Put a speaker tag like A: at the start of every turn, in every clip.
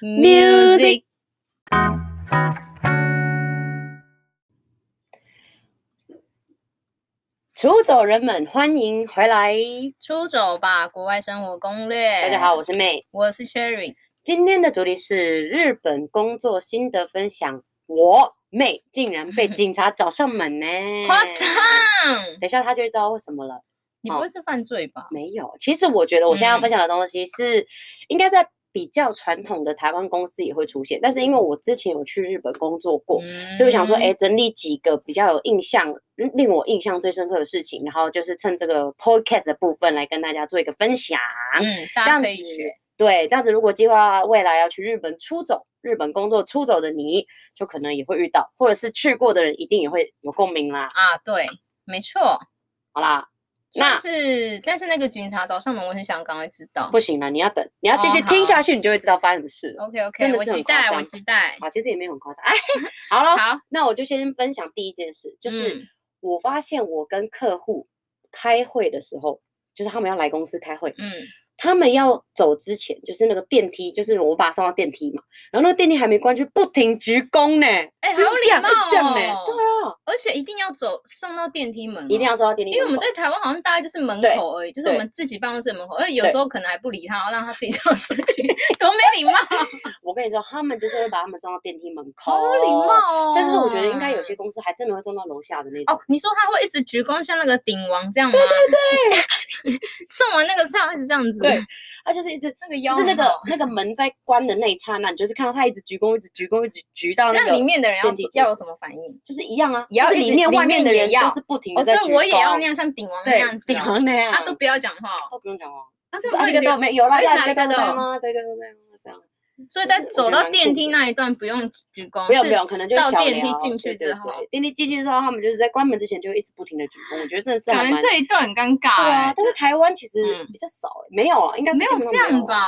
A: Music。
B: 出走人们，欢迎回来！
A: 出走吧，国外生活攻略。
B: 大家好，，我是妹。
A: 我是 Cherry。！
B: 今天的主题是日本工作心得分享。我妹竟然被警察找上门呢
A: 夸张，
B: 等一下他就会知道为什么了。
A: 你不会是犯罪吧？
B: 没有，其实我觉得我现在要分
A: 嗯
B: 享的东西是、应该在比较传统的台湾公司也会出现，但是因为我之前有去日本工作过，所以我想说，
A: 嗯
B: 哎，，整理几个比较有印象、嗯令我印象最深刻的事情，然后就是趁这个 podcast 的部分来跟大家做一个分享。
A: 嗯，
B: 这
A: 大家
B: 样
A: 可
B: 子
A: 以学。
B: 对，这样子如果计划未来要去日本出走、日本工作出走的你，就可能也会遇到，或者是去过的人一定也会有共鸣啦。
A: 啊，对，没错。
B: 好啦，那
A: 但是，但是那个警察找上门，我很想赶快知道
B: 不。行了，你要等，你要继
A: 哦
B: 续听
A: 好
B: 下去，你就会知道发生什么事了。
A: OK
B: 真
A: OK，
B: 的
A: 我
B: 是很
A: 期
B: 夸
A: 待，
B: 张
A: 我期待。
B: 啊，其实也没有很夸张。 哎，好了，
A: 好，
B: 那我就先分享第一件事，就是、
A: 嗯
B: 我发现我跟客户开会的时候，就是他们要来公司开会，
A: 嗯
B: 他们要走之前，就是那个电梯，就是我把他送到电梯嘛，然后那个电梯还没关，就不停鞠躬呢，
A: 哎
B: 就是
A: 好有礼
B: 这样，一直这样呢，
A: 貌哦
B: 对啊，
A: 而且一定要走送到电梯门哦，
B: 一定要送到电梯
A: 因
B: 门口，
A: 为我们在台湾好像大概就是门
B: 对
A: 口而已，就是我
B: 对
A: 们自己办公室的门口，而且有
B: 对
A: 时候可能还不理他，然后让他自己到出去， 多没礼貌，
B: 我跟你说，他们就是会把他们送到电梯门口，
A: 好有礼貌哦。
B: 甚至我觉得应该有些公司还真的会送到楼下的那种，
A: 哦，你说他会一直鞠躬，像那个顶王这样吗？对对 对，送完那个菜一直这样子，
B: 对他啊就是一直
A: 那个腰
B: 就是那
A: 很好
B: 个那个门在关的那一刹那，你就是看到他一直鞠躬，一直鞠躬，一直鞠到那
A: 那里
B: 个，
A: 面的人要
B: 电梯
A: 做
B: 就是
A: 要有什么反应？
B: 就是一样啊，
A: 也要
B: 就是
A: 一
B: 里
A: 直
B: 面
A: 里
B: 外面
A: 面
B: 的
A: 也
B: 人
A: 要
B: 都是不停
A: 哦，
B: 的
A: 所
B: 在鞠躬，
A: 以我也要那样，像顶王那
B: 对
A: 样，子
B: 顶
A: 哦，
B: 行那样，
A: 他都不要讲话哦，
B: 都不用讲话，
A: 他
B: 就
A: 这
B: 是
A: 个
B: 啊，
A: 问
B: 这个
A: 题
B: 倒没有啦，
A: 我也
B: 呀，
A: 觉
B: 这个
A: 得
B: 倒没吗？这个倒没吗？这样。
A: 所以在
B: 我觉
A: 走
B: 得
A: 到
B: 蛮
A: 电
B: 酷
A: 梯
B: 的
A: 那一段不用鞠躬，
B: 不用
A: 是
B: 不用，可能就是
A: 到
B: 小
A: 电
B: 聊
A: 梯进去
B: 对
A: 之
B: 对
A: 后，
B: 对电梯进去之后，他们就是在关门之前就会一直不停的鞠躬，我觉得真的是
A: 感
B: 还
A: 觉
B: 蛮。
A: 这一段很尴尬
B: 对
A: 哎、
B: 啊，但是台湾其实
A: 嗯
B: 比较少欸，没有啊，应该是
A: 没
B: 基
A: 有
B: 本上
A: 这样
B: 啊
A: 吧？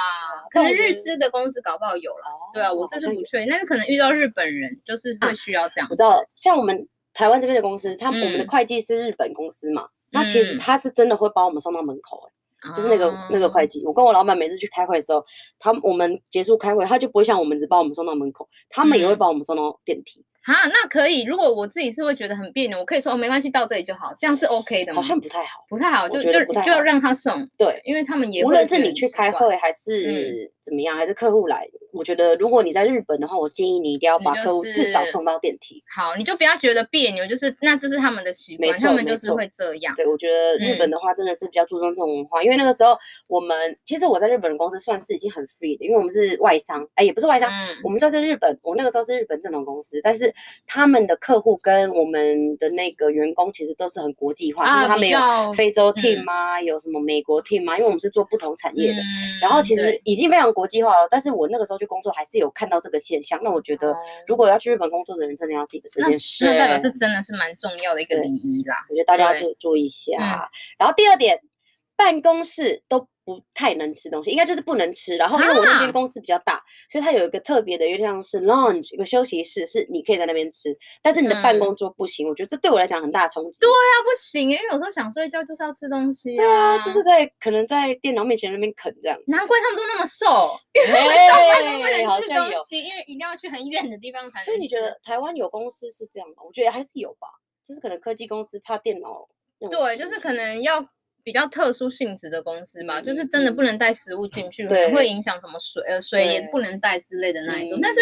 A: 可
B: 但我
A: 能
B: 觉
A: 日
B: 得
A: 资的公司搞不好有了。
B: 哦
A: 对啊，我这是
B: 好像
A: 不
B: 有啊
A: 确定，但是可能遇到日本人就是会需要这样子。
B: 我知道，像我们台湾这边的公司，他们我们的
A: 嗯
B: 会计是日本公司嘛，那其实
A: 嗯哦
B: 他是真的会把我们送到门口欸就是那个那个
A: 快，
B: 会计，我跟我老板每次去开会的时候，他我们结束开会，他就不会像我们只把我们送到门口，他们也会
A: 嗯
B: 把我们送到电梯，
A: 啊，那可以。如果我自己是会觉得很别扭，我可以说哦，没关系，到这里就好，这样是 OK 的吗？
B: 好像不太好。
A: 不太好，
B: 我
A: 就
B: 觉
A: 就
B: 得不太
A: 就
B: 好
A: 让他送，
B: 对，
A: 因为他们也
B: 无
A: 会
B: 论
A: 觉
B: 是
A: 得
B: 你
A: 很
B: 去
A: 奇
B: 开
A: 怪嗯
B: 会还是怎么样，还是客户来，我觉得如果你在日本的话，我建议你一定要
A: 你
B: 把
A: 就
B: 客户至少
A: 是
B: 送到电梯。
A: 好，你就不要觉得别扭，就是那就是他们的习
B: 没
A: 惯，他
B: 错
A: 们
B: 没
A: 就是
B: 错
A: 会这样。
B: 对，我觉得日
A: 嗯
B: 本的话真的是比较注重这种文化，因为那个时候我们其实我在日本的公司算是已经很 free 的，因为我们是外商，哎，也不是外商，
A: 嗯，
B: 我们算是日本，我那个时候是日本正统公司，但是他们的客户跟我们的那个员工其实都是很国际化，就
A: 啊
B: 是他
A: 比
B: 们有
A: 较
B: 非洲
A: 嗯
B: team 啊，有什么美国 team 啊，因为我们是做不同产业的。
A: 嗯
B: 然后其
A: 对
B: 实已经非常国际化了，但是我那个时候去工作还是有看到这个现象。那我觉得
A: 哦，
B: 如果要去日本工作的人，真的要记得这件事。
A: 那代表这真的是蛮重要的一个
B: 对
A: 礼仪啦。
B: 我觉得大家
A: 对嗯
B: 就注意一下。然后第二点，办公室都不太能吃东西，应该就是不能吃。然后因为我那
A: 啊
B: 间公司比较大，所以它有一个特别的，有点像是 lounge 一个休息室，是你可以在那边吃，但是你的办
A: 嗯啊
B: 公桌不行。我觉得这对我来讲很大的冲击。
A: 那不行欸，因为有时候想睡觉就是要吃东西
B: 对啊，就是在可能在电脑面前那边啃这样。
A: 难怪他们都那么瘦，因为
B: 哎、
A: 不
B: 好
A: 能吃
B: 像有
A: 东。西，因为一定要去很远的地方才能吃。
B: 所以你觉得台湾有公司是这样吗？我觉得还是有吧，就是可能科技公司怕电脑那种
A: 对，
B: 事
A: 就是可能要。比较特殊性质的公司吧，就是
B: 嗯
A: 真的不
B: 嗯
A: 能带食物进去，可能
B: 对
A: 会影响什么水呃水也
B: 对
A: 不能带之类的那一种。但
B: 嗯
A: 是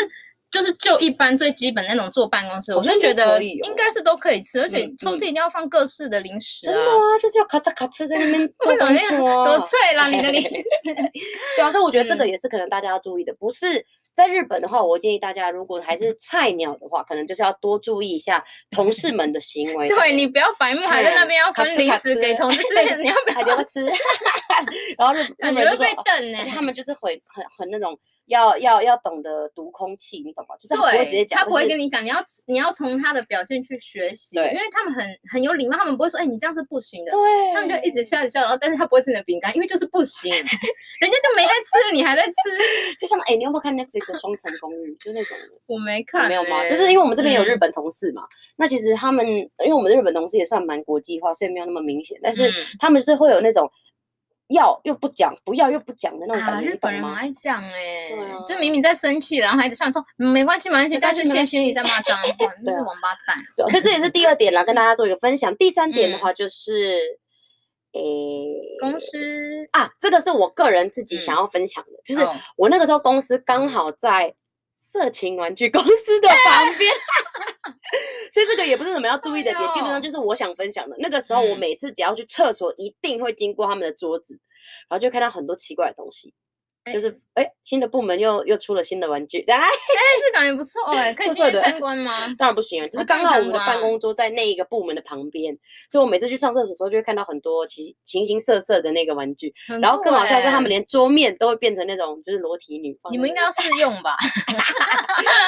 A: 就是就一般最基本那种坐办公室，
B: 好
A: 我是
B: 像
A: 觉
B: 都可
A: 得
B: 以
A: 应
B: 哦
A: 该是都可以吃，而且
B: 嗯
A: 抽屉
B: 嗯
A: 一定要放各式的零食
B: 真
A: 啊
B: 的。啊，就是要咔嚓咔嚓在那边做
A: 为什么那
B: 动作
A: 个
B: 啊
A: 得罪了你 的零食？
B: 对啊，所以我觉得这个
A: 嗯
B: 也是可能大家要注意的，不是。在日本的话，我建议大家，如果还是菜鸟的话，可能就是要多注意一下同事们的行为。
A: 对你不要白目，还在那边要分
B: 咔哧
A: 零
B: 咔
A: 食
B: 哧
A: 给同事 吃，你要不
B: 还
A: 要
B: 留着吃，然后日日
A: 感
B: 本
A: 觉
B: 人就
A: 会
B: 说，
A: 被
B: 哦
A: 瞪呢、
B: 而且他们就是很很很那种要要要懂得读空气，你懂吗？就是他不会直接
A: 对，
B: 讲，
A: 他不会
B: 但是
A: 跟你讲，你要你要从他的表现去学习，
B: 对
A: 因为他们很很有礼貌，他们不会说，哎、你这样是不行的，
B: 对，
A: 他们就一直笑一笑，然后但是他不会吃你的饼干，因为就是不行，人家就没在吃了，你还在吃，
B: 就像哎、你有没有看 Netflix 的《双层公寓》？就那 种的。
A: 我没看、
B: 啊
A: 欸，
B: 没有吗？就是因为我们这边有日
A: 嗯
B: 本同事嘛，那其实他们因为我们的日本同事也算蛮国际化，所以没有那么明显，但是
A: 嗯
B: 他们是会有那种。要又不讲，不要又不讲的那种
A: 啊，
B: 感觉，
A: 日
B: 你
A: 本
B: 懂
A: 人很
B: 吗？
A: 爱讲哎、
B: 对啊
A: 就明明在生气，然后还在上说嗯没关系没关系，
B: 没关
A: 但
B: 系
A: 是
B: 没关
A: 却
B: 系
A: 心里在骂脏话，那
B: 对
A: 是
B: 啊
A: 王八蛋。
B: 对所以这也是第二点啦，跟大家做一个分享。第三点
A: 嗯
B: 的话就是，诶、
A: 公司
B: 啊，这个是我个人自己想
A: 嗯
B: 要分享的，就是
A: 哦
B: 我那个时候公司刚好在色情玩具公司的旁边， 所以这个也不是什么要注意的
A: 哎
B: 点，基本上
A: 呦
B: 就是我想分享的。那个时候我
A: 嗯
B: 每次只要去厕所，一定会经过他们的桌子，然后就看到很多奇怪的东西。就
A: 哎
B: 是哎，新的部门又又出了新的玩具，哎，
A: 但是感觉不错哎、可以
B: 色
A: 进
B: 色
A: 去
B: 的
A: 参观吗？
B: 当然不行啊，就是
A: 啊
B: 刚
A: 当然
B: 好我
A: 参
B: 们的
A: 观
B: 办
A: 啊
B: 公桌在那一个部门的旁边，所以我每次去上厕所的时候就会看到很多奇形形色色的那个玩具，
A: 很
B: 然后更
A: 酷
B: 好笑是他们
A: 哎
B: 连桌面都会变成那种就是裸体女放在
A: 你
B: 那边。
A: 们应该要试用吧？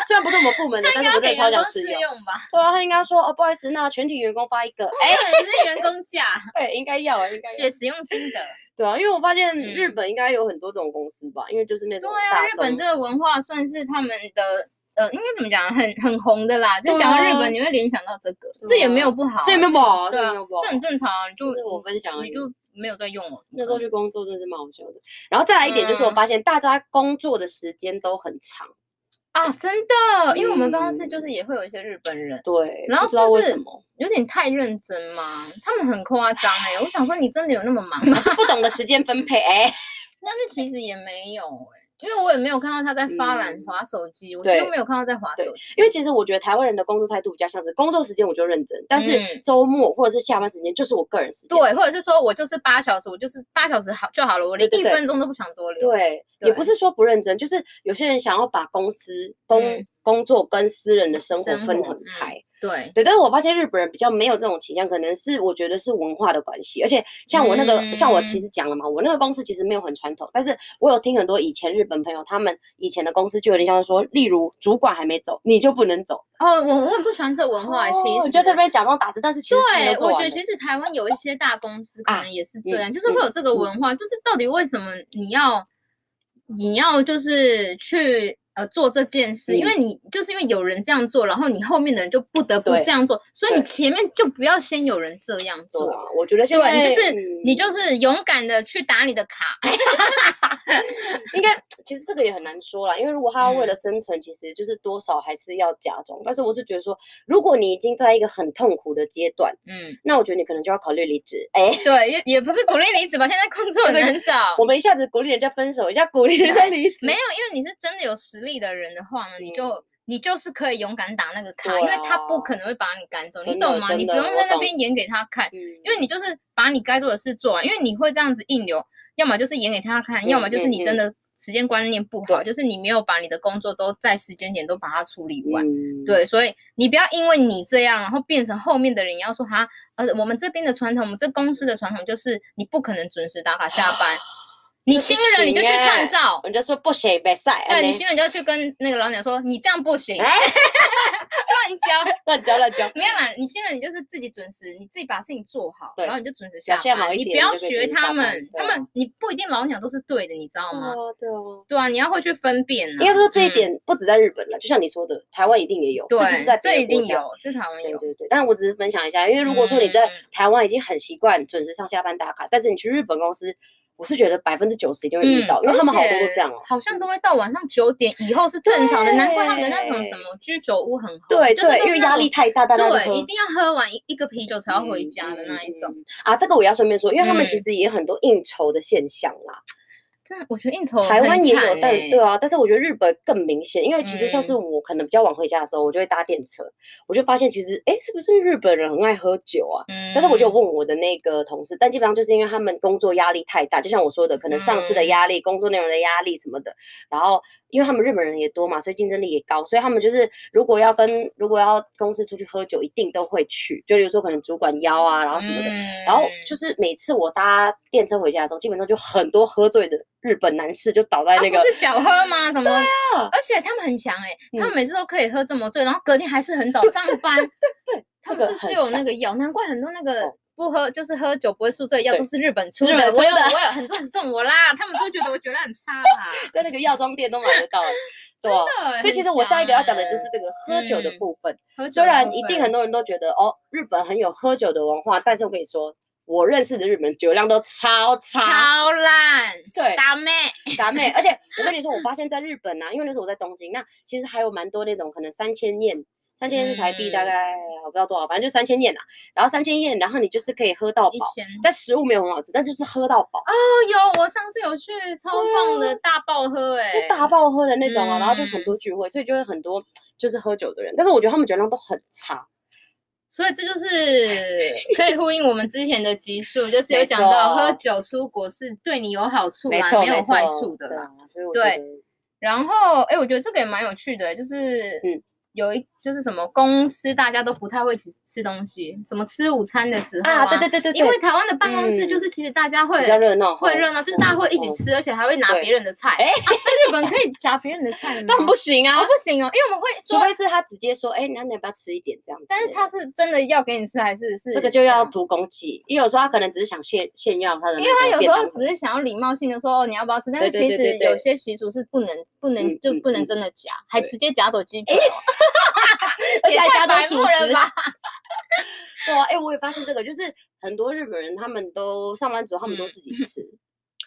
B: 虽然不是我们部门的， 但是我真
A: 给
B: 的超
A: 员
B: 想
A: 工
B: 试
A: 试
B: 用。
A: 用吧？
B: 对啊，他应该说哦，不好意思，那全体员工发一个。哎、
A: 哎，你是员工价，
B: 对，应该要啊，应该要
A: 写。使用心得。
B: 对啊，因为我发现日
A: 嗯
B: 本应该有很多这种公司吧，因为就是那
A: 对
B: 种
A: 啊，
B: 大
A: 日本
B: 众
A: 这个文化算是他们的。呃，应该怎么讲？很很红的啦，就
B: 对
A: 讲到日
B: 啊
A: 本，你会联想到这个，
B: 对
A: 这也没
B: 啊
A: 有不好啊，
B: 这也没有不好啊
A: 对
B: 这也
A: 啊
B: 没有不好，
A: 这很正常啊，你就
B: 就是我分享而
A: 你
B: 已
A: 就没有在用哦。
B: 那时候去工作真的是蛮好笑的。然后再来一点就是，我
A: 嗯
B: 发现大家工作的时间都很长，
A: 啊，真的，因为我们办公
B: 嗯
A: 室就是也会有一些日本人，
B: 对，
A: 然后
B: 不知道
A: 就
B: 为
A: 是
B: 什么，
A: 有点太认真嘛，他们很夸张哎，我想说你真的有那么忙吗？
B: 是不懂得时间分配。哎，
A: 但是其实也没有哎、因为我也没有看到他在发懒
B: 嗯、
A: 划手机，我几
B: 对
A: 乎没有看到在划
B: 对
A: 手机。
B: 因为其实我觉得台湾人的工作态度比较像是工作时间我就认真，但是
A: 嗯
B: 周末或者是下班时间就是我个人时间。
A: 对，或者是说我就是八小时，我就是八小时好就好了，我连
B: 对
A: 一
B: 对
A: 分钟都不想多留。
B: 对，也不
A: 对
B: 是说不认真，就是有些人想要把公司工、
A: 嗯
B: 工作跟私人的生活
A: 生
B: 分
A: 活
B: 很
A: 嗯
B: 开。
A: 对
B: 对，但是我发现日本人比较没有这种倾向，可能是我觉得是文化的关系，而且像我那个，像我其
A: 嗯
B: 实讲了嘛，我那个公司其实没有很传统，但是我有听很多以前日本朋友，他们以前的公司就有点像是说，例如主管还没走，你就不能走，
A: 哦，我我很不喜欢这文化，其实、
B: 哦我觉得这边假装打字，但是其实事情
A: 对
B: 都，做
A: 我
B: 完
A: 觉得
B: 了
A: 其实台湾有一些大公司可
B: 啊
A: 能也是
B: 嗯
A: 这样，就是会有这个
B: 嗯
A: 文化，就是到底为什么你要你要就是去呃做这件事，因
B: 嗯
A: 为你就是因为有人这样做，然后你后面的人就不得不
B: 对
A: 这样做，所以你
B: 对
A: 前面就不要先有人这样
B: 对
A: 做。
B: 啊，我觉得现在
A: 对，你就是、
B: 嗯
A: 你就是勇敢的去打你的卡，
B: 应该其实这个也很难说啦，因为如果他要为
A: 嗯
B: 了生存，其实就是多少还是要假装。但是我是觉得说，如果你已经在一个很痛苦的阶段，
A: 嗯，
B: 那我觉得你可能就要考虑离职。哎、
A: 对，也也不是鼓励离职吧，现在工作很
B: 对
A: 难找
B: 我。们一下子鼓励人家分手，一下鼓励人家离
A: 哦
B: 职
A: 没有，，因为你是真的有实力的人的话呢，你就、你就是可以勇敢打那个卡，
B: 嗯对
A: 因为他
B: 啊
A: 不可能会把你赶走，
B: 真
A: 你
B: 的
A: 懂吗？
B: 真
A: 你不
B: 的
A: 用
B: 我
A: 在那
B: 懂
A: 边演给他看，
B: 嗯
A: 因为你就是把你该做的事做完，因为你会这样子硬留，要么就是演给他看，要么就是
B: 嗯
A: 你真
B: 嗯
A: 的时间观念不好，就是你没有把你的工作都在时间点都把它处理完。
B: 嗯，
A: 对，所以你不要因为你这样，然后变成后面的人也要说哈，呃，我们这边的传统，我们这公司的传统就是你不可能准时打卡下班，你
B: 这
A: 新
B: 不
A: 人你就去
B: 行欸
A: 创造，
B: 人家说不行，别晒，
A: 对
B: 这
A: 你
B: 样
A: 新人就要去跟那个老鸟说，你这样不行，
B: 哎
A: 乱教。
B: 乱教乱 教。
A: 没有啦，你新人你就是自己准时，你自己把事情做好，
B: 对
A: 然后你就准时
B: 表
A: 下
B: 现好
A: 班。你
B: 一
A: 不
B: 点
A: 要
B: 就可以
A: 学
B: 准时下
A: 他
B: 班
A: 们，
B: 对
A: 他
B: 啊
A: 们你不一定老鸟都是对的，你知道
B: 对
A: 吗？
B: 啊，对啊。
A: 对啊，你要会去分辨、啊。
B: 应该说这一
A: 嗯，
B: 点不止在日本了，就像你说的，台湾一定也有，是不是在
A: 对，
B: 别
A: 这
B: 的
A: 一定
B: 国家
A: 有，这台湾
B: 对
A: 有。
B: 对对，但我只是分享一下，因为如果说你在
A: 嗯
B: 台湾已经很习惯准时上下班打卡，但是你去日本公司，我是觉得百分之九十一定会遇到，因为他们好多都这样哦
A: 嗯而且。好像都会到晚上九点以后是正常的，难怪他们那种
B: 对
A: 什么居酒屋很红，
B: 对
A: 就是
B: 对
A: 都，是
B: 因为
A: 那
B: 压
A: 种
B: 力太大，大家都喝
A: 对，一定要喝完一一个啤酒才要回家的那一种。
B: 嗯嗯嗯嗯啊，这个我要顺便说，因为他们其
A: 嗯
B: 实也有很多应酬的现象啦，
A: 真的，啊我觉得应酬
B: 台湾
A: 哦很
B: 也有
A: 惨，
B: 但
A: 欸
B: 对啊，但是我觉得日本更明显，因为其实像是
A: 嗯
B: 我可能比较晚回家的时候，我就会搭电车，我就发现其实哎，诶是不是日本人很爱喝酒啊？
A: 嗯
B: 但是我就有问我的那个同事，但基本上就是因为他们工作压力太大，就像我说的，可能上司的
A: 嗯
B: 压力、工作内容的压力什么的。然后，因为他们日本人也多嘛，所以竞争力也高，所以他们就是如果要跟如果要公司出去喝酒，一定都会去，就比如说可能主管邀啊，然后什么
A: 嗯
B: 的。然后就是每次我搭电车回家的时候，基本上就很多喝醉的日本男士就倒在
A: 啊
B: 那个
A: 不，是小喝吗？怎么？
B: 啊
A: 而且他们很强哎、
B: 嗯
A: 他们每次都可以喝这么醉，然后隔天还是很早上班。
B: 对，
A: 他
B: 这
A: 们
B: 个
A: 是不是
B: 很
A: 有那
B: 强
A: 个药？难怪很多那个
B: 哦
A: 不喝就是喝酒不会宿醉的药
B: 对
A: 都是日本出
B: 日
A: 的。
B: 本出
A: 我有
B: 的
A: 我有很多人送我啦，他们都觉得我觉得很差啦。
B: 在那个药妆店都买得到， 对吧？
A: 对
B: 所以其
A: 很
B: 实我下一个要讲的就是
A: 强
B: 这个喝酒的
A: 嗯
B: 部分。
A: 欸喝酒
B: 虽
A: 的
B: 然
A: 部
B: 一定
A: 分
B: 很多人都觉得哦，日本很有喝酒的文化，但是我跟你说，我认识的日本人酒量都超差，
A: 超烂，
B: 对，
A: 打妹，
B: 达妹。而且我跟你说，我发现在日本啊，因为那时候我在东京，那其实还有蛮多那种可能三千宴。三千日台币
A: 嗯
B: 大概我不知道多少，反正就三千宴啊。然后三千宴，然后你就是可以喝到
A: 一
B: 饱，
A: 千
B: 但食物没有很好吃，但就是喝到饱，
A: 哦，有，我上次有去，超棒的，大爆喝哎、
B: 就啊大爆喝的那种啊。然后就很
A: 嗯
B: 多聚会，所以就会很多就是喝酒的人。但是我觉得他们酒量都很差，
A: 所以这就是可以呼应我们之前的集 数，就是有
B: 没
A: 讲到
B: 错
A: 喝酒出国是对你有好处
B: 没
A: 啦，
B: 错
A: 没
B: 没
A: 有
B: 错，
A: 坏处的
B: 对
A: 啦。
B: 啊。所以我觉
A: 对
B: 得
A: 然后，哎，我觉得这个也蛮有趣的，就是
B: 嗯
A: 有一就是什么公司大家都不太会一起吃东西，什么吃午餐的时候
B: 啊，对对对对对，
A: 因为台湾的办公室
B: 嗯
A: 就是其实大家会
B: 比较热闹，
A: 会热闹，就是大家会一起
B: 嗯
A: 吃，而且还会拿
B: 对
A: 别人的菜。
B: 哎
A: 啊，在日本可以夹别人的 菜吗？
B: 但不行啊
A: 哦，，不行哦，因为我们会
B: 除
A: 说，
B: 非是他直接说，哎，那你要不要吃一点这样子？
A: 但是他是真的要给你吃还是是
B: 这个就要图攻击，因为有时候他可能只是想炫炫耀他的那
A: 因为他
B: 个
A: 有
B: 便
A: 时候
B: 当盒，
A: 只是想要礼貌性的说哦你要不要吃，但是
B: 对对
A: 其
B: 对
A: 实
B: 对对
A: 有些习俗是不能不能
B: 嗯
A: 就
B: 嗯
A: 不能
B: 嗯
A: 真的夹，还
B: 对
A: 直接夹走鸡腿，
B: 而
A: 也
B: 且还
A: 太
B: 加
A: 白
B: 到主
A: 目了
B: 食。
A: 吧？
B: 对啊，哎，我也发现这个，就是很多日本人他们都上班族，他们都
A: 嗯
B: 自己吃，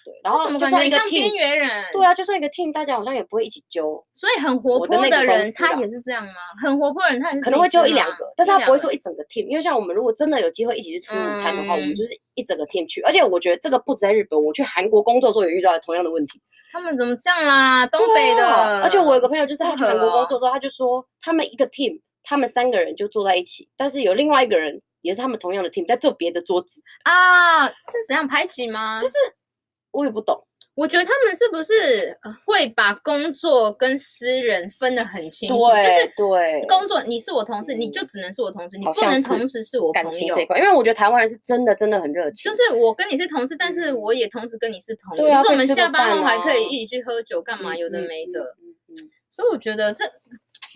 B: 对，然
A: 这
B: 后
A: 什么
B: 哦就
A: 感觉
B: 算
A: 很
B: 一个
A: 像边
B: team，
A: 缘人？
B: 对啊，就算一个 team，大家好像也不会一起揪，
A: 所以很活
B: 我的
A: 泼
B: 那个
A: 的
B: 公
A: 人
B: 司
A: 他
B: 啊
A: 也是这样吗？很活泼的人他也是
B: 可能会
A: 自己
B: 揪
A: 吃
B: 一两
A: 吗
B: 个，但是他不会说
A: 一
B: 一整个 team，因为像我们如果真的有机会一起去吃午餐的话，我
A: 嗯
B: 们就是一整个 team 去，而且我觉得这个不止在日本，我去韩国工作的时候也遇到同样的问题，
A: 两个他们怎么这样啦？东北
B: 对啊
A: 的，
B: 而且我有个朋友就是
A: 不
B: 他去韩国
A: 合哦
B: 工作之后，他就说他们一个 team，他们三个人就坐在一起，但是有另外一个人也是他们同样的 team 在坐别的桌子，
A: 啊是怎样排挤吗？
B: 就是我也不懂，
A: 我觉得他们是不是呃会把工作跟私人分得很清
B: 对
A: 楚？就是
B: 对，
A: 工作你是我同事，你
B: 嗯
A: 就只能是我同事，你
B: 好
A: 不
B: 像
A: 能
B: 是
A: 同时是我朋
B: 感情
A: 友
B: 这一。块，因为我觉得台湾人是真的真的很热情，
A: 就是我跟你是同事，但是
B: 嗯
A: 我也同时跟你是朋友，
B: 对啊
A: 就是我
B: 可以
A: 们
B: 吃个
A: 下班后
B: 饭
A: 还可以
B: 啊
A: 一起去喝酒，干嘛、有的
B: 嗯
A: 没
B: 嗯
A: 的。
B: 嗯嗯嗯
A: 所以我觉得这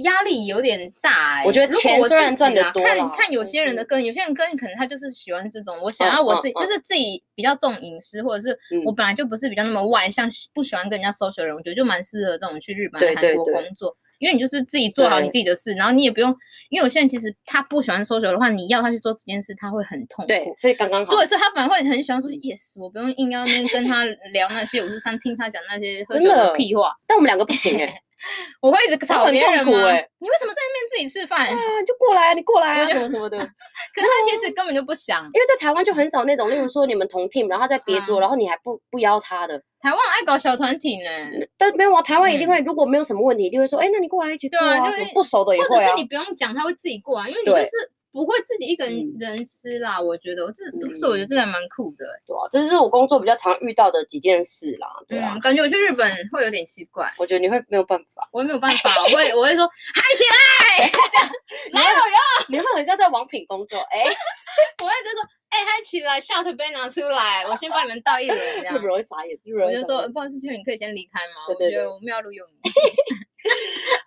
A: 压力有点大、欸。
B: 我觉得
A: 如果
B: 钱
A: 我
B: 虽
A: 自
B: 然
A: 己
B: 赚得
A: 啦
B: 多
A: 看
B: 啦
A: 看有
B: 但
A: 些人的
B: 是
A: 歌，有些人歌可能他就是喜欢这种，我想
B: 嗯
A: 要我
B: 嗯
A: 自己、
B: 嗯
A: 就是自己比较重饮食，或者是我
B: 嗯
A: 本来就不是比较那么外向，喜不喜欢跟人家 social 的人，我觉得就蛮适合这种去日本、
B: 对
A: 韩
B: 对
A: 国
B: 对
A: 工作。因为你就是自己做好你
B: 对
A: 自己的事，然后你也不用，因为有些人其实他不喜欢 social 的话，你要他去做这件事，他会很痛苦。
B: 对，所以刚刚好，
A: 对，所以他反而会很喜欢说 yes，我不用硬要那边跟他聊那些五十三，听他讲那些喝
B: 真
A: 酒的
B: 的
A: 屁话。
B: 但我们两个不行哎、
A: 我会一直吵
B: 很
A: 别人
B: 痛苦
A: 吗？
B: 欸
A: 你为什么在那边自己吃饭？
B: 啊，你就过来啊，你过来
A: 我
B: 啊，
A: 就
B: 什么什么的。因
A: 可是他其实根本就不想。
B: 为在台湾就很少那种，例如说你们同 team，然后他在别桌，然后你还不不邀他的。
A: 台湾爱搞小团体呢，
B: 但没有啊，台湾一定
A: 嗯
B: 会，如果没有什么问题，一定会说，哎，那你过来一起
A: 对
B: 做
A: 啊
B: 啊，
A: 就
B: 什么
A: 是
B: 不熟的也
A: 或者
B: 会啊
A: 是。你不用讲，他会自己过来，啊因为你就
B: 对
A: 是不会自己一个人
B: 嗯
A: 人吃啦。我觉得，我这所以我觉得这个还蛮酷的欸。
B: 对啊，这是我工作比较常遇到的几件事啦。对啊
A: 嗯，，感觉我去日本会有点奇怪，
B: 我觉得你会没有办 法，
A: 我也没有办法，我会我会说嗨起来，
B: 来了呀，你会很像在王品工作， 哎，
A: 我会就说哎嗨起来，shot 杯拿出来，我先帮你们倒一轮这 样
B: 日本。人会傻眼，日本
A: 我
B: 人
A: 就
B: 会傻
A: 说
B: 眼
A: 不好意思，你可以先离开吗？
B: 对对
A: 我觉
B: 对
A: 得我们要录用你。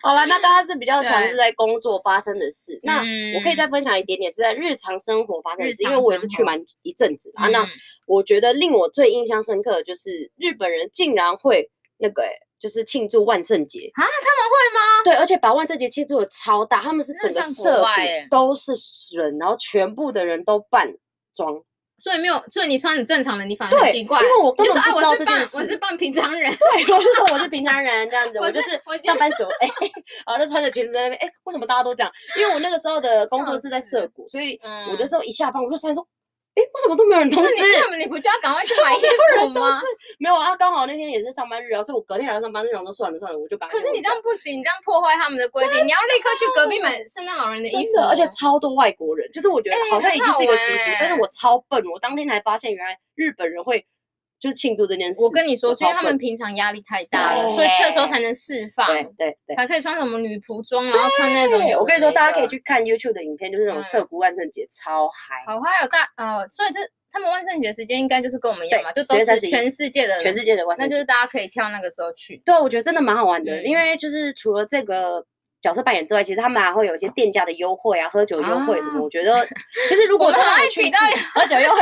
B: 好了，那大家是比较常
A: 对嗯
B: 是在工作发生的事，那我可以再分享一点点是在日常生活发生的
A: 日
B: 事，因
A: 常
B: 为我也是
A: 生
B: 去
A: 活
B: 蛮一阵子啊。
A: 嗯
B: 那我觉得令我最印象深刻的就是日本人竟然会那个、欸，就是庆祝万圣节，
A: 啊，他们会吗？
B: 对，而且把万圣节庆祝的超大，他们是
A: 那
B: 整个
A: 像国
B: 社
A: 外欸
B: 区都是人，然后全部的人都扮装，
A: 所以没有，所以你穿很正常的，你反而
B: 对
A: 很奇怪。
B: 因为我根
A: 你就
B: 本
A: 说啊，
B: 不知道
A: 我是
B: 这
A: 扮
B: 件
A: 我
B: 事
A: 是 扮平常 人，
B: 对，我就说我是平常人这样子，
A: 我
B: 我就是
A: 我就
B: 上班族，哎、然后就穿着裙子在那边，哎、为什么大家都这样？因为我那个时 候的工作
A: 笑
B: 是在
A: 死
B: 涩谷，所以我
A: 嗯
B: 的时候一下班我就上来说，哎、为什么都没有人通
A: 那你
B: 知？
A: 那么你不就要赶快去买衣服吗？
B: 没有啊，刚好那天也是上班日啊，所以我隔天来上班就想说算了算了，我就赶快
A: 可
B: 去
A: 是
B: 回家。
A: 你这样不行，你这样破坏他们的规定，你要立刻去隔壁买圣诞老人的衣
B: 真
A: 服，
B: 的，而且超多外国人，就是我觉得
A: 哎
B: 好像
A: 很
B: 已经
A: 好
B: 是一个习俗，
A: 玩欸
B: 但是我超笨，我当天才发现原来日本人会就是庆祝这件事。
A: 我跟你说，所以
B: 超
A: 他们
B: 笨
A: 平常压力太大了，所以这时候才能释放，
B: 对对对。
A: 才可以穿什么女仆装，然后穿那种有
B: 对
A: 的
B: 我跟你说，
A: 没的
B: 大家可以去看 YouTube 的影片，就是那
A: 嗯
B: 种涩谷万圣节超嗨，
A: 好，还有大呃，所以这他们万圣节时间应该就是跟我们一样嘛，就
B: 对
A: 都是
B: 10月31
A: 全世界的人，
B: 全世界的万
A: 那
B: 圣
A: 就
B: 节。
A: 是大家可以挑那个时候去。
B: 对啊，我觉得真的蛮好玩的，因
A: 嗯
B: 为就是除了这个。角色扮演之外，其实他们还会有一些店家的优惠啊，喝酒优惠什么。
A: 啊
B: 我觉得其实如果
A: 我
B: 真
A: 们
B: 的
A: 好
B: 有
A: 爱
B: 去
A: 提
B: 一次
A: 到嗯
B: 喝酒 优惠。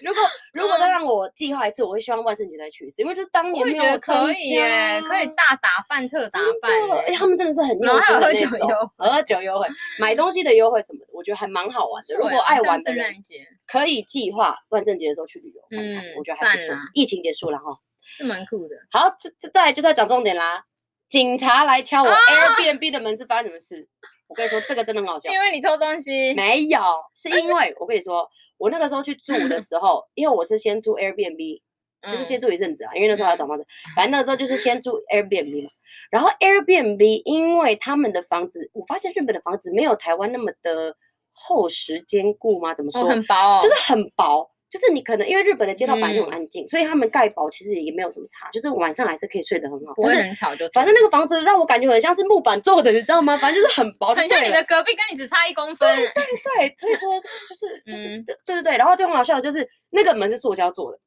B: 如果如果再让我计划一次，我会希望万圣节再去一次，因为就是当
A: 我也
B: 年没
A: 觉得
B: 有参
A: 可以耶，
B: 加啊
A: 可以大打扮特打
B: 真的
A: 扮耶，
B: 哎、他们真的是很
A: 然后
B: 用心
A: 还
B: 的
A: 有
B: 那
A: 喝酒
B: 种
A: 优，
B: 喝酒优惠、买东西的优惠什么的，我觉得还蛮好玩的。如
A: 不错耶
B: 果爱
A: 啊好像
B: 玩的
A: 圣
B: 人，
A: 诞节
B: 可以计划万圣节的时候去旅游看看，
A: 嗯
B: 我觉得还不
A: 赞
B: 错
A: 啊。
B: 疫情结束了哈，
A: 是蛮酷的。
B: 好，这这再来就是要讲重点啦。警察来敲我
A: 啊
B: Airbnb 的门是发生什么事？我跟你说，这个真的很好笑。
A: 因为你偷东西，
B: 啊没有，是因为我跟你说，我那个时候去住的时候，因为我是先住 Airbnb，就是
A: 嗯
B: 先住一阵子啊，因为那时候还要找房子，反正那时候就是先住 Airbnb 嘛。然后 Airbnb 因为他们的房子，我发现日本的房子没有台湾那么的厚实坚固吗？怎么说？
A: 哦很薄哦，
B: 就是很薄，就是你可能因为日本的街道本来就很
A: 嗯
B: 安静，所以他们盖薄其实也没有什么差，就是晚上还是可以睡得很好。
A: 不会
B: 但是
A: 很吵就对了，
B: 反正那个房子让我感觉很像是木板做的，你知道吗？反正就是很 薄就
A: 很像
B: 对
A: 你
B: 了
A: 的隔壁，跟你只差一公分，
B: 对，所以说就是就是、
A: 嗯
B: 对对对对，然后就很好笑，就是那个门是塑胶做 的，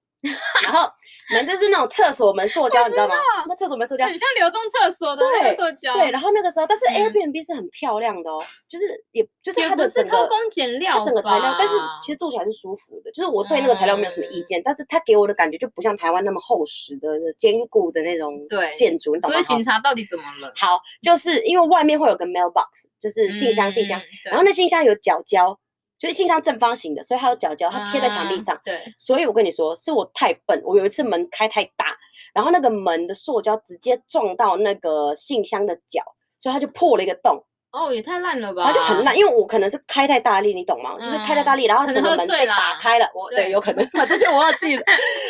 B: 然后门就是那种厕所门塑胶，你知道吗？
A: 啊
B: 那厕所门塑胶。
A: 很像流动厕所的那
B: 对
A: 个塑胶，
B: 对，然后那个时候，但是
A: 嗯
B: Airbnb 是很漂亮的哦，就是也就是
A: 也
B: 它
A: 不
B: 的
A: 是
B: 整
A: 偷
B: 个
A: 工减料
B: 它整个材料，但是
A: 吧嗯
B: 其实住起来是舒服的，就是我对那个材料没有什么意见，但是它给我的感觉就不像台湾那么厚实的、坚固的那种
A: 对
B: 建筑，你懂
A: 所
B: 吗
A: 以？警察到底怎么了？
B: 好，好就是因为外面会有个 mailbox，就是信
A: 嗯
B: 箱，信箱，然后那信箱有角胶，就是信箱正方形的，所以它有角胶，它贴在墙
A: 啊
B: 壁上。
A: 对，
B: 所以我跟你说，是我太笨，我有一次门开太大，然后那个门的塑胶直接撞到那个信箱的角，所以它就破了一个洞。
A: 哦，也太烂了吧，
B: 它就很烂，因为我可能是开太大力，你懂吗？就是开太大力，然后
A: 嗯可能
B: 整个
A: 喝
B: 门
A: 醉
B: 被
A: 啦
B: 打开了，我对
A: 对
B: 有可能， 把这些我忘 记了。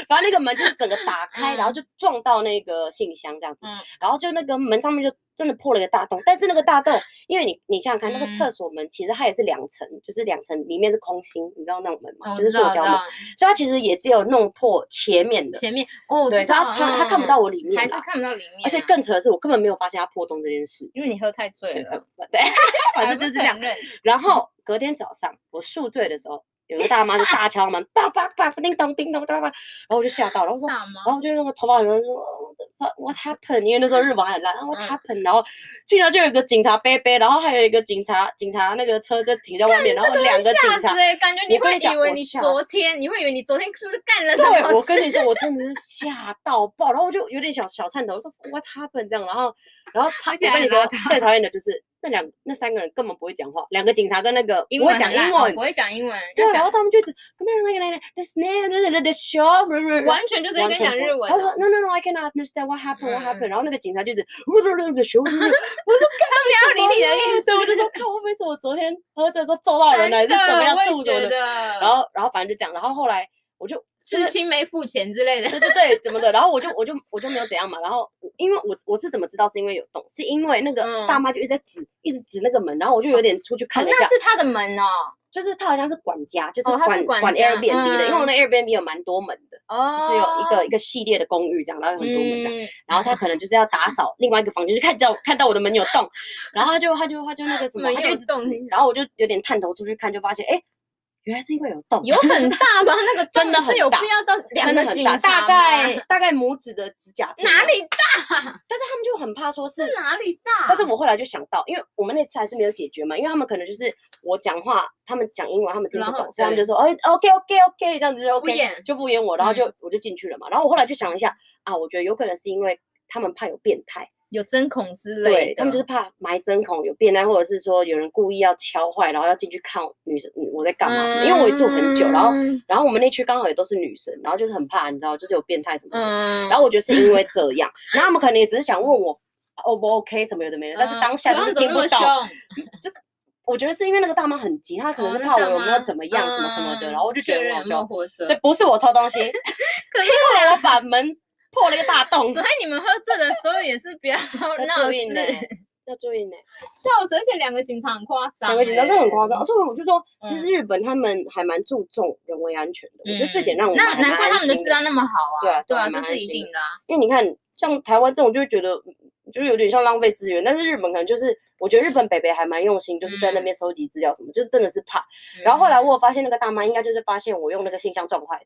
B: 然后那个门就是整个打开，
A: 嗯
B: 然后就撞到那个信箱这样子
A: 嗯，
B: 然后就那个门上面就真的破了一个大洞。但是那个大洞，因为你你想想看，那个
A: 嗯
B: 厕所门其实它也是两层，就是两层里面是空心，你知道那种门
A: 哦，
B: 吗？
A: 我
B: 就是
A: 知道
B: 塑
A: 我知
B: 胶门，
A: 道
B: 所以它其实也只有弄破前面的，
A: 前面哦，我
B: 对，
A: 知
B: 所以它
A: 道
B: 穿它看不到，我里
A: 嗯
B: 面
A: 还是
B: 啦
A: 看不到里面啊，
B: 而且更扯的是，我根本没有发现它破洞这件事。
A: 因为你喝太醉
B: 对，
A: 了，
B: 对，反正就是这
A: 还。
B: 样
A: 不承认，
B: 然后隔天早上我宿醉的时候，有个大妈就大敲门，叭叭叭，叮咚叮咚，叭叭，然后我就吓到，然后说，
A: 大吗？
B: 然后就那个头发很乱说哦，what what happened？因为那时候日文还很烂啊，what
A: 嗯
B: happened？然后竟然就有一个警察背背，然后还有一个警察警察那个车就停在外面，然后两个警
A: 吓死
B: 察。
A: 欸感觉你
B: 我跟
A: 会
B: 你讲
A: 以为
B: 我
A: 你
B: 吓
A: 昨
B: 死
A: 天，你会以为你昨天是不是干了什么
B: 对，
A: 事？
B: 我跟你说，我真的是吓到爆，然后我就有点小小颤抖，我说 What happened 这样，然后，然后他，
A: 而且
B: 我
A: 还
B: 跟你说
A: 邋，遢
B: 最讨厌的就是那两那三个人根本不会讲话，两个警察跟那个
A: 英
B: 不会
A: 文
B: 讲
A: 很烂
B: 英
A: 哦
B: 文
A: 不，会讲英文，
B: 对
A: 要
B: 啊，然
A: 讲
B: 后他们就一直 come here, come here, the snare, the the the show，完
A: 完全就是跟你讲日文
B: 他说
A: 哦。
B: no no no, I cannot understand what happened, what
A: 嗯
B: happened。然后那个警察就一直 the show，我说
A: 他不要理你的意思，
B: 对，我就说看会不会是我昨天喝醉的时候揍到人了，还是
A: 真的
B: 怎么样
A: 我也
B: 吐什么
A: 觉
B: 的。
A: 得
B: 然后然后反正就这样，然后后来我就就
A: 知
B: 是
A: 青没付钱之类的，
B: 对对对，怎么的？然后我就我就我就没有怎样嘛。然后我因为我我是怎么知道是因为有洞，是因为那个
A: 嗯
B: 大妈就一直在指一直指那个门，然后我就有点出去看了一下
A: 那，是他的门哦，
B: 就是他好像是管家，就是
A: 哦他
B: 管、
A: 是管家
B: Airbnb 的，因为我
A: 嗯
B: 那 Airbnb 有蛮多门的，
A: 哦，
B: 就是有一个一个系列的公寓这样，然后有很多门这样，
A: 嗯，
B: 然后他可能就是要打扫另外一个房间，就看到看到我的门有洞，然后他就他就他就那个什
A: 嗯
B: 么，
A: 门
B: 他就一
A: 有
B: 直
A: 洞
B: 指然后我就有点探头出去看，就发现哎，诶原来是因为有洞，啊
A: 有很大 吗？那个
B: 真的
A: 洞是
B: 很
A: 有
B: 大
A: 必要到两
B: 真的
A: 个
B: 很
A: 警
B: 大，
A: 察吗
B: 大 概大概拇指的指甲片
A: 哪
B: 吧，
A: 里大？
B: 但是他们就很怕说是
A: 是哪里大？
B: 但是我后来就想到，因为我们那次还是没有解决嘛，因为他们可能就是我讲话，他们讲英文，他们听不
A: 然后
B: 懂，所以他们就
A: 对
B: 说，哎，OK OK OK，这样子就 OK，
A: 衍嗯
B: 就敷衍我，然后就、我就进去了嘛。然后我后来就想了一下，啊，我觉得有可能是因为他们怕有变态，
A: 有针孔之类
B: 对
A: 的，
B: 他们就是怕埋针孔有变态，或者是说有人故意要敲坏，然后要进去看女生女我在干嘛什么。因为我也住很久，然后
A: 嗯
B: 然后我们那区刚好也都是女生，然后就是很怕，你知道，就是有变态什么的。
A: 嗯，
B: 然后我觉得是因为这样，然后他们可能也只是想问我 O 不 OK 什么有的没的，但是
A: 嗯
B: 当下
A: 可
B: 就是是
A: 他们
B: 听
A: 怎么
B: 不
A: 那
B: 到。
A: 么凶
B: 我觉得是因为那个大妈很急，她可能
A: 哦
B: 是
A: 那
B: 怕我
A: 大
B: 有没有
A: 妈
B: 怎么样什么什么的，
A: 嗯
B: 然后我就觉
A: 确
B: 得
A: 认
B: 很
A: 有
B: 好
A: 没有
B: 笑，
A: 活着
B: 所。以不是我偷东 西，
A: 可
B: 是因为我把门破了一个大洞，
A: 所以你们喝醉的时候也是 不要
B: 要
A: 闹
B: 注意呢
A: 事，，
B: 要注意呢。
A: 笑死！而且两个警察很夸张欸，
B: 两个警察都很夸张，所以我就说，其
A: 嗯
B: 实日本他们还蛮注重人为安全的，我
A: 嗯。
B: 觉得这点让我
A: 那
B: 蛮
A: 难怪
B: 蛮安
A: 他们的
B: 心
A: 治安那么好啊，
B: 对啊对
A: 对
B: 啊
A: 啊，这
B: 蛮
A: 是
B: 安
A: 一
B: 心
A: 定的啊。
B: 因为你看，像台湾这种就会觉得嗯就是有点像浪费资源，但是日本可能就是，我觉得日本北北还蛮用心，就是在那
A: 嗯
B: 边收集资料什么，就是真的是怕。然后后来我有发现那个大妈应该就是发现我用那个信箱撞坏的，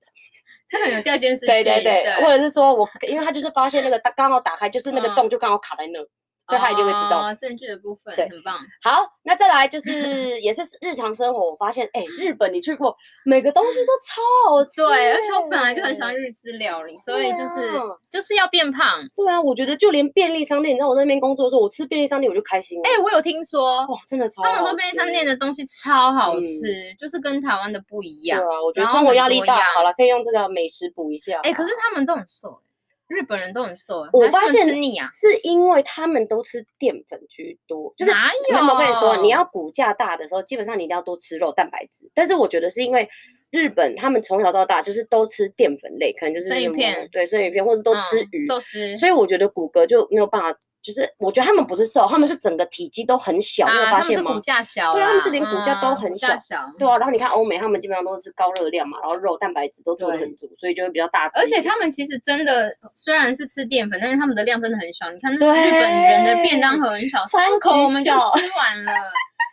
A: 他可能有掉监视器，
B: 对对对，
A: 对
B: 或者是说我，因为她就是发现那个刚好打开，就是那个
A: 嗯
B: 洞就刚好卡在那，所以他一定会知道。
A: 哦证据的部分，
B: 对
A: 很棒。
B: 好，那再来就是也是 日常生活，我发现哎、日本你去过，每个东西都超好吃、
A: 对，而且我本来就很喜欢。日式料理，所以就
B: 对
A: 是、
B: 啊
A: 就是要变胖。
B: 对啊，我觉得就连便利商店，你知道我在那边工作的时候，我吃便利商店我就开心了。
A: 哎、我有听说，
B: 哇，真的超好
A: 他
B: 吃。
A: 们说便利商店的东西超好
B: 嗯
A: 吃，就是跟台湾的不一
B: 对
A: 样。
B: 啊，我觉得
A: 然后
B: 生活
A: 很
B: 压力
A: 多
B: 大，好
A: 样
B: 了，可以用这个美食补一下。
A: 哎、可是他们都很瘦、日本人都很瘦、
B: 我
A: 还是
B: 发
A: 他们
B: 现
A: 吃腻啊，
B: 是因为他们都吃淀粉居多，就是
A: 哪有？
B: 那我跟你说，你要骨架大的时候，基本上你一定要多吃肉蛋白质。但是我觉得是因为日本他们从小到大就是都吃淀粉类，可能就是
A: 生鱼
B: 什么
A: 片
B: 对生鱼片，或者都吃
A: 嗯
B: 鱼，
A: 寿司，
B: 所以我觉得骨骼就没有办法。就是我觉得他们不是瘦，他们是整个体积都很小，你有
A: 啊，
B: 发
A: 他们
B: 现
A: 是
B: 吗
A: 骨？架小啦，
B: 对他们是连骨架都
A: 嗯
B: 很
A: 骨架小
B: 对啊，然后你看欧美，他们基本上都是高热量嘛，然后肉蛋白质都做的
A: 对
B: 很足，所以就会比较大只一
A: 而
B: 点。
A: 且他们其实真的虽然是吃淀粉，但是他们的量真的很小。你看，那日本人的便当盒很小，
B: 超
A: 三口
B: 级
A: 我们就
B: 小嗯
A: 吃完了。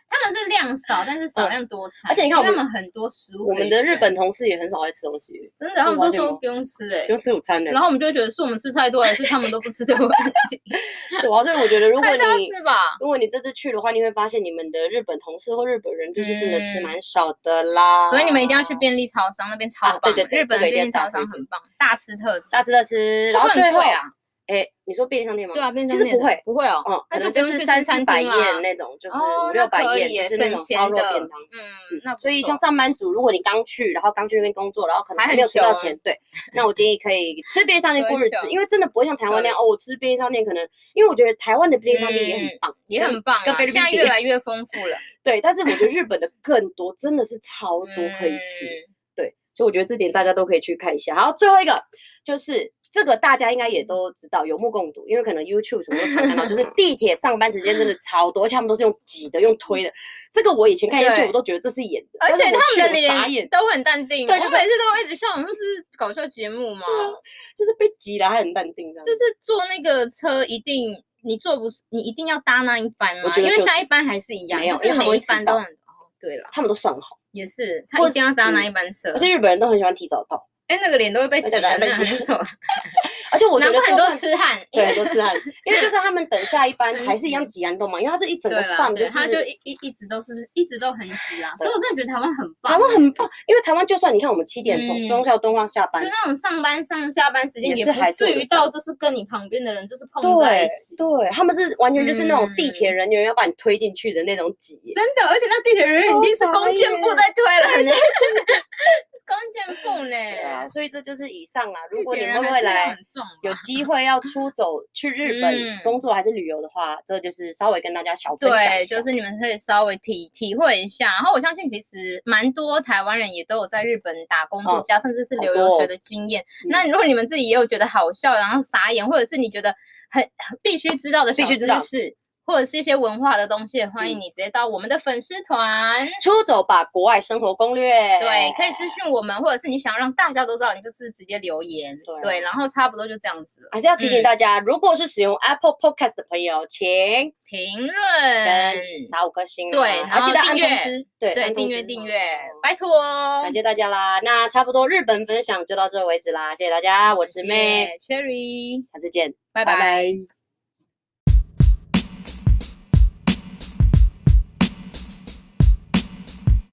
A: 他们是量少，但是少量多餐。
B: 而且你看
A: 因为
B: 我
A: 他
B: 们
A: 们很多食物可以选，
B: 我们的日本同事也很少爱吃东西，
A: 真的，他们
B: 我发
A: 都
B: 现
A: 说
B: 吗
A: 不用吃哎、
B: 不用吃午餐的。
A: 然后我们就会觉得是我们吃太多，还是他们都不吃的问题？
B: 对啊，所以我觉得 如果
A: 还是要
B: 你
A: 吃吧。
B: 如果你这次去的话，你会发现你们的日本同事或日本人就是真的吃
A: 嗯
B: 蛮少的啦。
A: 所以你们一定要去便利超商，那边超
B: 哦啊
A: 棒的、
B: 对对对
A: 日本
B: 这
A: 的
B: 个一定
A: 便利超
B: 要大
A: 商
B: 推
A: 很棒，大吃特吃。
B: 大吃特吃，然后
A: 会不会
B: 最
A: 很
B: 后
A: 贵，啊，
B: 哎，你说便利商店吗？
A: 对啊，便利
B: 其
A: 商
B: 实
A: 店
B: 不会。
A: 不会哦，
B: 哦，可
A: 那
B: 能
A: 不用
B: 是
A: 去吃
B: 三四
A: 餐
B: 百
A: 厅啦
B: 宴那种，就是
A: 哦
B: 五六
A: 那
B: 百
A: 可以
B: 宴，
A: 耶
B: 就是那
A: 省
B: 种烧
A: 钱
B: 肉
A: 的
B: 便当。
A: 嗯，那不
B: 所以
A: 错
B: 像上班族，如果你刚去，然后刚去那边工作，然后可能
A: 还
B: 还
A: 很
B: 没有存到
A: 穷啊
B: 钱，对，那我建议可以吃便利商店过日
A: 很
B: 子，
A: 穷
B: 因为真的不会像台湾那样哦，我吃便利商店可能，因为我觉得台湾的便利商店也
A: 嗯
B: 很棒，
A: 也
B: 跟
A: 很棒
B: 跟
A: 啊，
B: 菲律
A: 现
B: 宾
A: 在
B: 比
A: 越来越丰富了，
B: 对，但是我觉得日本的更多，真的是超 多可以吃。
A: 嗯
B: 对，所以我觉得这点大家都可以去看一下。好，最后一个就是这个大家应该也都知道，有目共睹，因为可能 YouTube 什么都常看到，就是地铁上班时间真的超多，而且他们都是用挤的、用推的。这个我以前看
A: 对
B: YouTube 我都觉得这是演的，
A: 而
B: 但
A: 且
B: 是我去
A: 他们的
B: 我傻眼
A: 脸，都很淡定，我
B: 对啊
A: 每
B: 就
A: 次都会一直笑，我说这是搞笑节目嘛，
B: 就是被挤了还很淡定这样
A: 就。是坐那个车一定你坐不是，你一定要搭那一班
B: 我
A: 吗？
B: 觉
A: 因
B: 得
A: 为
B: 就
A: 下
B: 是
A: 一班还是一样，
B: 没有
A: 就是
B: 因为他们
A: 每
B: 会
A: 一
B: 迟
A: 班都
B: 到
A: 很哦，对了，
B: 他们都算好，
A: 也是他
B: 或
A: 一定要搭那
B: 嗯
A: 一班车
B: 而，且日本人都很喜欢提早到，
A: 哎，那个脸都会被
B: 对
A: 挤
B: 对
A: 得
B: 对
A: 那
B: 被挤
A: 很丑，
B: 而且我觉
A: 难
B: 得
A: 怪很
B: 就
A: 多
B: 算
A: 痴汉，因
B: 对
A: 为
B: 很多痴汉，因为就算他们等下一班
A: 嗯
B: 还是一样挤安动嘛，因为它是一整个
A: 对啦
B: span，
A: 对，
B: 是
A: 他就一一一直都是一直都很挤啊，所以我真的觉得台湾很棒，
B: 台湾很棒，因为台湾就算你看我们七点从
A: 嗯
B: 忠孝敦化下班
A: 就，那种上班上下班时间
B: 也
A: 也
B: 是还
A: 不
B: 坐
A: 至
B: 得
A: 于
B: 上
A: 到都是跟你旁边的人就是碰在一
B: 对
A: 起。
B: 对，他们是完全就是那种地
A: 嗯
B: 铁人员要把你推进去的那种挤耶。
A: 真的，而且那地铁人员
B: 超
A: 已经是
B: 傻
A: 弓箭步
B: 眼
A: 在推了 呢，弓箭步呢。
B: 对啊，所以这就是以上啦。如
A: 地
B: 果你
A: 铁
B: 们
A: 人还
B: 未
A: 是量
B: 来
A: 很重啊，
B: 有机会要出走去日本
A: 嗯
B: 工作还是旅游的话，这就是稍微跟大家小分享一
A: 对，
B: 下。
A: 就是你们可以稍微体体会一下。然后我相信，其实蛮多台湾人也都有在日本打工度假，甚至是
B: 好
A: 留
B: 多
A: 游
B: 哦
A: 学的经验。
B: 嗯
A: 那如果你们自己也有觉得好笑，然后傻眼，或者是你觉得很很必须知道的
B: 必
A: 小
B: 须
A: 知
B: 知道
A: 识，或者是一些文化的东西，也欢迎
B: 嗯
A: 你直接到我们的粉丝团。
B: 出走吧，国外生活攻略。
A: 对，可以私讯我们，或者是你想要让大家都知道，你就是直接留言。
B: 对啊
A: 对，然后差不多就这样子了。
B: 还是要提醒
A: 嗯
B: 大家，如果是使用 Apple Podcast 的朋友，请
A: 评论，
B: 跟打五颗星啊，
A: 对然后
B: 记得按
A: 订阅
B: 通知，对
A: 对，
B: 按通
A: 订阅
B: 知
A: 订
B: 哦
A: 阅，拜托哦。
B: 感谢大家啦。那差不多日本分享就到这为止啦，谢谢大家，我是妹，
A: Cherry，
B: 下次见，
A: 拜拜。
B: 拜